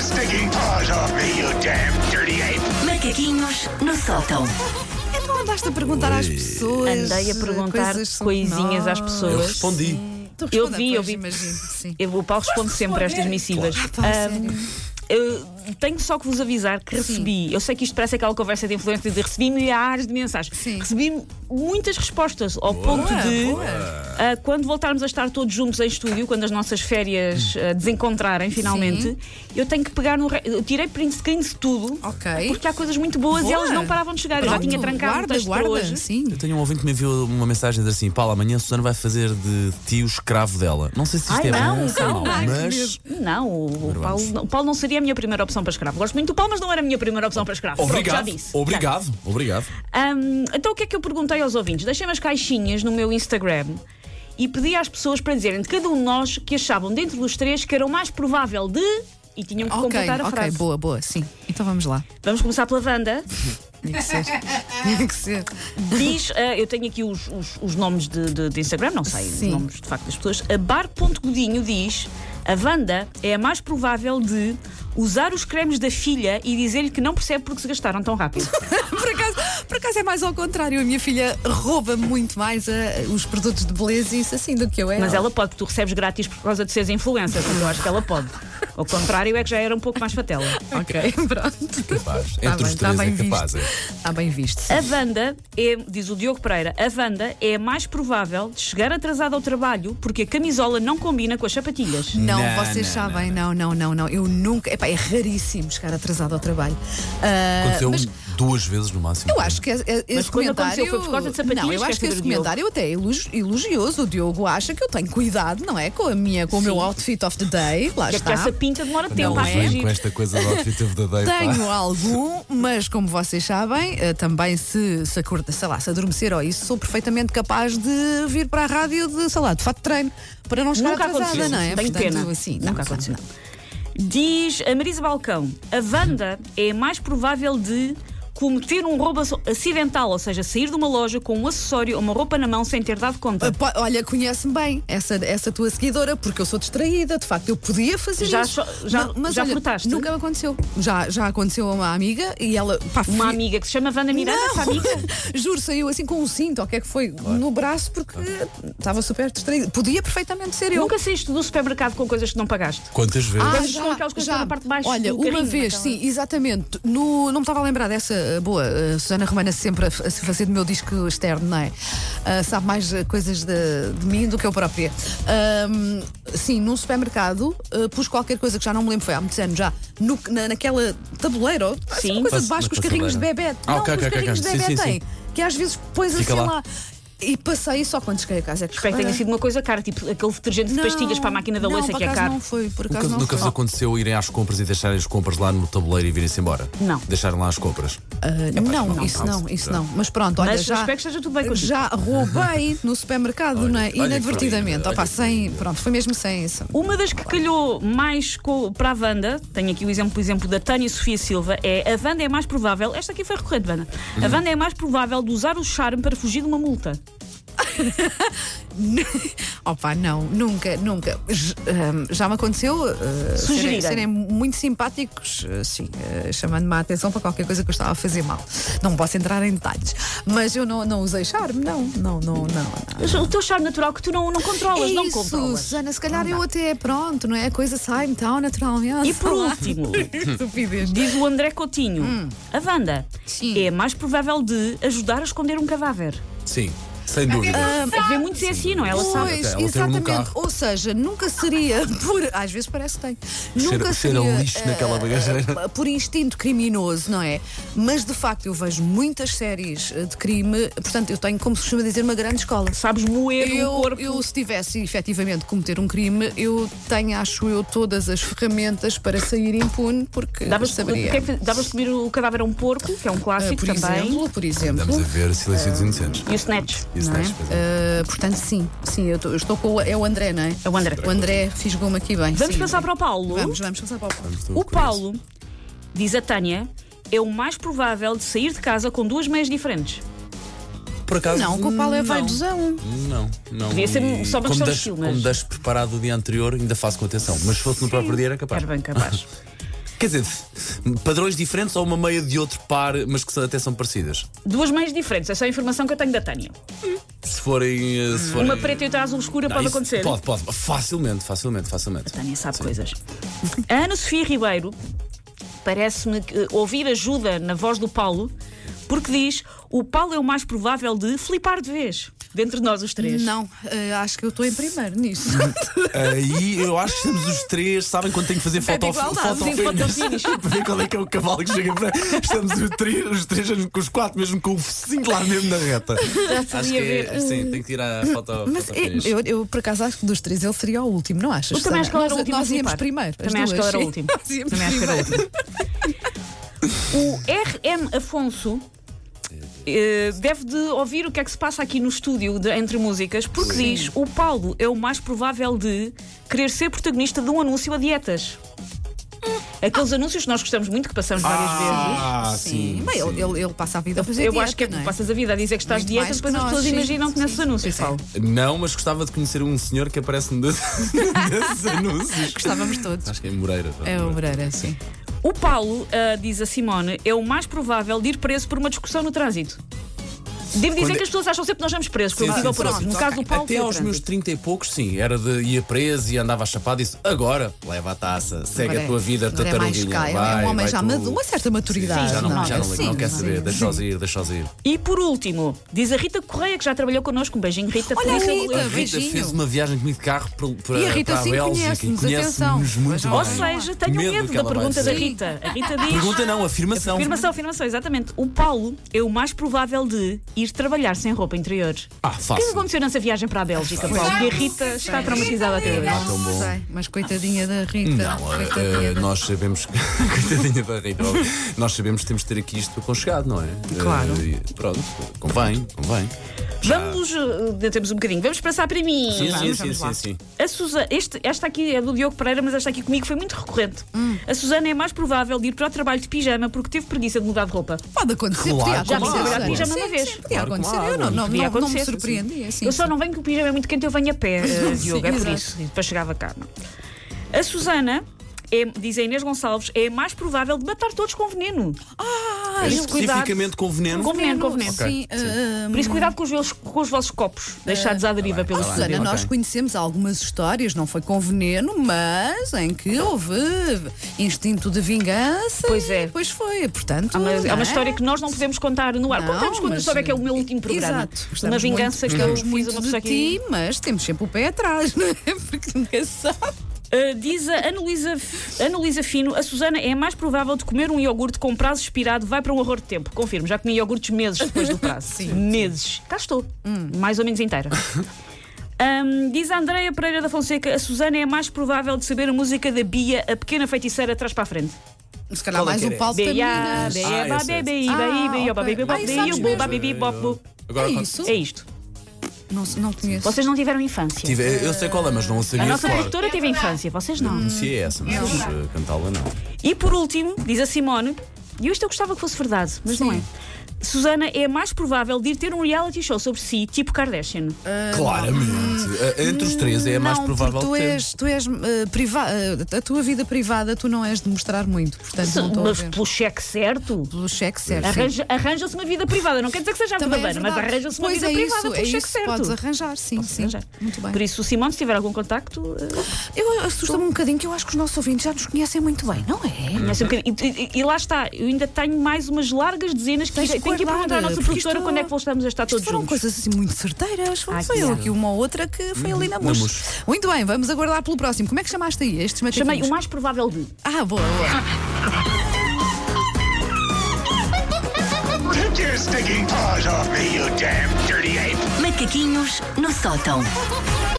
stinking paws off me, you damn dirty ape! Macaquinhos no sótão. Então andaste a perguntar às pessoas. Andei a perguntar coisas sobre coisinhas às nós. pessoas. Eu respondi. Tu Eu responde, vi, eu pois, vi. Imagino, sim. Eu- um o Paulo responde sempre a estas missivas. Claro. Ah, pá, Ahm, eu tenho só que vos avisar que recebi, eu sei que isto parece aquela conversa de influência de recebi milhares de mensagens, Sim. recebi muitas respostas, ao ponto de ah, quando voltarmos a estar todos juntos em estúdio, quando as nossas férias ah, desencontrarem finalmente, Sim. eu tenho que pegar no. re- Eu tirei print screen de tudo. Ok. Porque há coisas muito boas e Boa. elas não paravam de chegar. Eu já Pronto, tinha trancado guarda, o texto guarda, para hoje. Sim. Eu tenho um ouvinte que me enviou uma mensagem a dizer assim: Paulo, amanhã a Susana vai fazer de ti o escravo dela. Não sei se isto Ai, é não, bom, se é um mau, calma. Ai, mas. Não, o Agora Paulo, vamos. não- o Paulo não seria a minha primeira opção para escravo. Gosto muito do Paulo, mas não era a minha primeira opção para escravo. Pronto, Obrigado, já disse. obrigado, obrigado. Já. Hum, então o que é que eu perguntei aos ouvintes? Deixei umas caixinhas no meu Instagram e pedi às pessoas para dizerem de cada um de nós que achavam dentro dos três que era o mais provável de. E tinham que Ok, completar a ok, frase. boa, boa, sim. Então vamos lá. Vamos começar pela Wanda. Tinha que ser. Tinha que ser. Diz, ah, eu tenho aqui os, os- os nomes de, de- de Instagram, não sei Sim. os nomes de facto das pessoas. A Bar.godinho diz: a Wanda é a mais provável de usar os cremes da filha e dizer-lhe que não percebe porque se gastaram tão rápido. Por acaso, por acaso é mais ao contrário. A minha filha rouba muito mais ah, os produtos de beleza e isso assim do que eu era. Mas ela pode, porque tu recebes grátis por causa de seres influencer, portanto, eu acho que ela pode. Ao contrário, é que já era um pouco mais fatela. Ok, pronto. Capaz. Entre Tá os bem, tá três bem é capaz. visto. é. Está bem visto. sim. A Wanda é, diz o Diogo Pereira, a Wanda é a mais provável de chegar atrasada ao trabalho porque a camisola não combina com as sapatilhas. Não, Não, vocês não, sabem, não, não, não, não. Eu nunca. Epá, é raríssimo chegar atrasado ao trabalho. Ah, Aconteceu um- mas duas vezes no máximo. eu acho que é- é- esse quando comentário. aconteceu foi por causa de sapatilhas, Não, eu quer acho que saber esse o Diogo? comentário até é elogio- elogioso. O Diogo acha que eu tenho cuidado, não é? Com a minha, com o meu outfit of the day. Lá Que é está. porque é essa pinta demora tempo Não, a vem reagir. com esta coisa do outfit of the day. pá. Tenho algum, mas como vocês sabem, eh, também se, se acorda, sei lá, se adormecer ou isso, sou perfeitamente capaz de vir para a rádio de, sei lá, de fato de treino, para não chegar Nunca atrasada, aconteceu. não é? Tenho Portanto, pena. Assim, não, Nunca não, aconteceu. não. Diz a Marisa Balcão: a Wanda é a mais provável de cometer um roubo asso- acidental, ou seja, sair de uma loja com um acessório ou uma roupa na mão sem ter dado Ah, conta. pá, Olha, conhece-me bem essa, essa tua seguidora, porque eu sou distraída, de facto, eu podia fazer Já isso. cho- já- Ma- já furtaste? Nunca me aconteceu. Já, já aconteceu a uma amiga e ela. Pá, Uma fi- amiga que se chama Wanda Miranda, Não. essa amiga. Juro, saiu assim com um cinto, ou o que é que foi, no braço, porque estava super distraída. Podia perfeitamente ser eu. Nunca saíste do supermercado com coisas que não pagaste. Quantas Ah, vezes? Lembras-te com aquelas coisas que estão na parte de baixo Olha, do uma carrinho, vez, naquela- sim, exatamente. No, não me estava a lembrar dessa eh, boa. eh, Susana Romana sempre a, f- a se fazer do meu disco externo, não é? Ah, sabe mais eh, coisas de, de mim do que eu própria. Ahm, sim, num supermercado, eh, pus qualquer coisa que já não me lembro, foi há muitos anos já, no- na, naquela tabuleiro, Sim. uma coisa de baixo Na com os carrinhos de bebê. Ah, não, ok, os ok, ok, carrinhos ok. de Sim, bebê sim, têm. sim. Que às vezes pões Fica assim lá. lá. E passei só quando cheguei a casa. é que Espero que tenha reparei. sido uma coisa cara, tipo aquele detergente de Não, pastilhas para a máquina da não, louça por que é acaso caro. Não foi, Nunca, por acaso então não nunca vos foi. aconteceu irem às compras e deixarem as compras lá no tabuleiro e virem-se embora? Não. Deixarem lá as compras. Uh, não, É não, isso não, não, não, isso não. não. Mas pronto, olha, Mas já, espero que esteja tudo bem contigo. já roubei no supermercado, Olha, não é? olha que Inadvertidamente. olha Opa, que sem. Pronto, foi mesmo sem isso. Uma das que calhou mais co- para a Wanda, tenho aqui o exemplo, por exemplo, da Tânia Sofia Silva, é a Wanda é mais provável, esta aqui foi recorrente, Wanda, a Wanda é mais provável de usar o charme para fugir de uma multa. Opa, não, nunca, nunca. J- ahm, já me aconteceu uh, serem, Sugerirem. serem muito simpáticos, uh, sim, uh, chamando-me a atenção para qualquer coisa que eu estava a fazer mal. Não posso entrar em detalhes. Mas eu não, não usei charme, não, não, não, não. não. O teu charme natural que tu não, não controlas, É não isso, controlas. Susana, se calhar eu até pronto, não é? A coisa sai-me tal naturalmente. E por último, Estupidez. diz o André Coutinho, a Wanda Hum. Sim. é mais provável de ajudar a esconder um cadáver. Sim, sem dúvida. Ah. Vê muito é assim, não é? Ela sabe. Pois, Ela tem um no exatamente. carro. Ou seja, nunca seria por. Às vezes parece que tem. Nunca Cheira- cheira seria. lixo naquela eh, bagageira. eh, Por instinto criminoso, não é? Mas de facto eu vejo muitas séries eh, de crime, portanto eu tenho, como se costuma dizer, uma grande escola. Sabes moer um o Eu, corpo. eu, se tivesse efetivamente cometer um crime, eu tenho, acho eu, todas as ferramentas para sair impune, porque Davas, saberia. quem fez- davas de comer o cadáver a um porco, que é um Ah, clássico por também. exemplo, por Estamos exemplo. é? a ver Silêncio dos Inocentes. E o Snatch. Isso não é? tens, um pois é. Ah, portanto, sim, sim, eu, tô- eu estou com o, é o André, não é? É o André. O André fiz goma aqui bem. Vamos sim, pensar André. para o Paulo. Vamos, vamos passar para o Paulo. Estou O curioso. Paulo, diz a Tânia, é o mais provável de sair de casa com duas meias diferentes. Por acaso. Não, com o Paulo é vaidosão. Não, não. Devia ser E só uma como questão de das, estilo, mas- Como das preparado o dia anterior, ainda faço com atenção. Mas se fosse no próprio dia, era capaz. Era bem capaz. Quer dizer, padrões diferentes ou uma meia de outro par, mas que até são parecidas? Duas meias diferentes, essa é a informação que eu tenho da Tânia. Se forem. eh, Se forem Uma preta e outra azul escura Não, pode isso acontecer. Pode, pode. Facilmente, facilmente, facilmente. Tânia sabe coisas. A Ana Sofia Ribeiro parece-me que, eh, ouvir ajuda na voz do Paulo, porque diz: o Paulo é o mais provável de flipar de vez, dentre nós os três. Não, eh, acho que eu estou em primeiro nisso. Aí eu acho que estamos os três, sabem quando tenho que fazer foto igualdade, foto- sim, fotofinish. Para ver qual é que é o cavalo que chega para. Estamos os três, os três com os quatro, mesmo com o focinho lá mesmo na reta. Acho que ver. é, sim, tem que tirar a foto. Mas é, foto eu, finish. eu, eu, por acaso, acho que dos três ele seria o último, não achas? Eu Susana? também acho que ele era nós, o último a Nós íamos flipar. primeiro. as Também acho que duas, ele era o sim. último. Nós íamos Também acho que era o primeiro. último. O RM Afonso eh, deve de ouvir o que é que se passa aqui no estúdio de Entre Músicas, porque diz: o Paulo é o mais provável de querer ser protagonista de um anúncio a dietas. Aqueles anúncios que nós gostamos muito, que passamos várias vezes. Ah, Sim, mas ele, ele, ele passa a vida a fazer Eu dieta, acho que é não porque passas a vida a dizer que estás Muito dieta, mais depois que as nós, pessoas sim, imaginam-te sim, nesses sim. anúncios, Pois é. Paulo. Não, mas gostava de conhecer um senhor que aparece-me desse- desses anúncios. Gostávamos todos. Acho que é Moreira. É o Moreira, sim. O Paulo, ah, diz a Simone, é o mais provável de ir preso por uma discussão no trânsito. Devo dizer Quando- que as pessoas acham sempre que nós vamos presos por um Sim, motivo sim, ou por sim, outro. sim. No caso do Paulo, é Até foi o aos meus trânsito. 30 e poucos, sim, era de ia preso e andava a chapar disse agora leva a taça, segue Agora a é- tua vida, agora é tartaruguinha. mais cá, é um vai, homem vai já tu. maduro, uma certa Sim, maturidade, já não, não é? já não, ligo, Sim, não quer sim, saber, deixa-os ir, deixa-os ir. E por último, diz a Rita Correia, que já trabalhou connosco. Um beijinho, Rita. Olha Por a isso- Rita. A Rita é beijinho. fez uma viagem comigo de carro para, para, E a Rita, para a sim, Bélgica conhece-nos, e conhece-nos atenção. muito Ou bem. seja, tenho Medo medo, que da ela vai pergunta da dizer. Rita. A Rita diz. Pergunta não, afirmação. Afirmação, afirmação, exatamente. O Paulo é o mais provável de ir trabalhar sem roupa interior. Ah, O que é que fácil. aconteceu nessa viagem para a Bélgica, Paulo? E a Rita está traumatizada até hoje. Ah, tão bom. Sei, mas coitadinha da Rita. Não, eh, coitadinha eh, da- nós sabemos que. Coitadinha da Rita, óbvio. nós sabemos que temos de ter aqui isto aconchegado, não é? Claro. Eh, e pronto, convém, convém. Vamos, eh, temos um bocadinho, vamos passar para mim. Sim, sim, sim, vamos sim, lá. sim. A Susana, este, esta aqui é do Diogo Pereira, mas esta aqui comigo foi muito recorrente. Hum. A Susana é mais provável de ir para o trabalho de pijama porque teve preguiça de mudar de roupa. Pode acontecer, Claro, podia claro. Já acontecer. sim, me fizeram uma sim, vez. sim, Podia Claro, acontecer, claro. eu não, não, Podia não, não me assim. acontecer, sim, surpreendia. Sim, eu só sim. não venho que o pijama é muito quente, eu venho a pé, eh, Diogo, é por exato. isso, para chegar a cama. A Susana, é, diz a Inês Gonçalves, é mais provável de matar todos com veneno. Ah, Especificamente com veneno. Com veneno, com veneno. Ok, Sim, sim. eh, Por isso, cuidado com os, velos- com os vossos copos, deixados à deriva pelo tá bem. ah, Susana, estúdio. nós Ok. conhecemos algumas histórias, não foi com veneno, mas em que houve instinto de vingança. Pois é. e Depois foi, portanto. Há uma, há não uma é? história que nós não podemos contar no ar. Não, Contamos quando mas, eh, souber que é o meu último programa. Exato. Uma Gostamos vingança muito, que eu gostamos fiz muito a uma pessoa de que ti, mas temos sempre o pé atrás, não é? Porque nunca se sabe. Uh, diz a Ana Luísa Ana Luísa Fino, a Susana é mais provável de comer um iogurte com prazo expirado, vai para um horror de tempo. Confirmo, já comi iogurtes meses depois do prazo. Sim. Meses. Cá estou, mais ou menos inteira. Um, diz a Andreia Pereira da Fonseca, a Susana é mais provável de saber a música da Bia, a pequena feiticeira, atrás para a frente. Se calhar Qual é mais um que o era? Paulo também. Bia, Bia, Ah, ba, essa é bi, bi, essa. bi, bi, Ah, ba, bi, bi, ok. ba, Ah, sabes bi, bu, ba, bi, mesmo. bi, bo, bu. Eh, Agora É quando- isso? É isto. Não, não conheço. Vocês não tiveram infância. Tive- Eu sei qual é, mas não a A sabia de nossa cor. produtora teve infância, vocês não. Conhecia essa, mas eh, cantá-la não. E por último, diz a Simone, e isto eu gostava que fosse verdade, mas não é. Susana é mais provável de ir ter um reality show sobre si, tipo Kardashian. Ah, Claramente. Eh, Entre os três é a mais não, provável porque tu de ter. és, tu és eh, priva eh, a tua vida privada tu não és de mostrar muito, portanto não estou a mas ver. pelo cheque certo, Pelo cheque certo. sim. arranja- arranja-se uma vida privada. Não quer dizer que seja a Também verdadeira, é mas verdade. arranja-se uma Pois vida é privada isso, pelo é cheque isso, certo. Podes arranjar, sim, sim. Arranjar. Muito bem. Por isso, Simone, se tiver algum contacto, eh, Eu assusta-me um bocadinho que eu acho que os nossos ouvintes já nos conhecem muito bem, não é? conhece um bocadinho. E, e- e lá está, eu ainda tenho mais umas largas dezenas que Tens de tenho que ir guardar, perguntar à nossa porque produtora isto- quando é que voltamos a estar Isto todos foram juntos. coisas assim muito certeiras. Foi Ah, Uhum. foi que eu bom. aqui uma ou outra que foi ali na na mousse. mousse. Muito bem, vamos aguardar pelo próximo. Como é que chamaste aí estes macaquinhos? Chamei o mais provável de. Ah, boa, boa. Take your stinking paws off me, you damn dirty ape! Macaquinhos no sótão.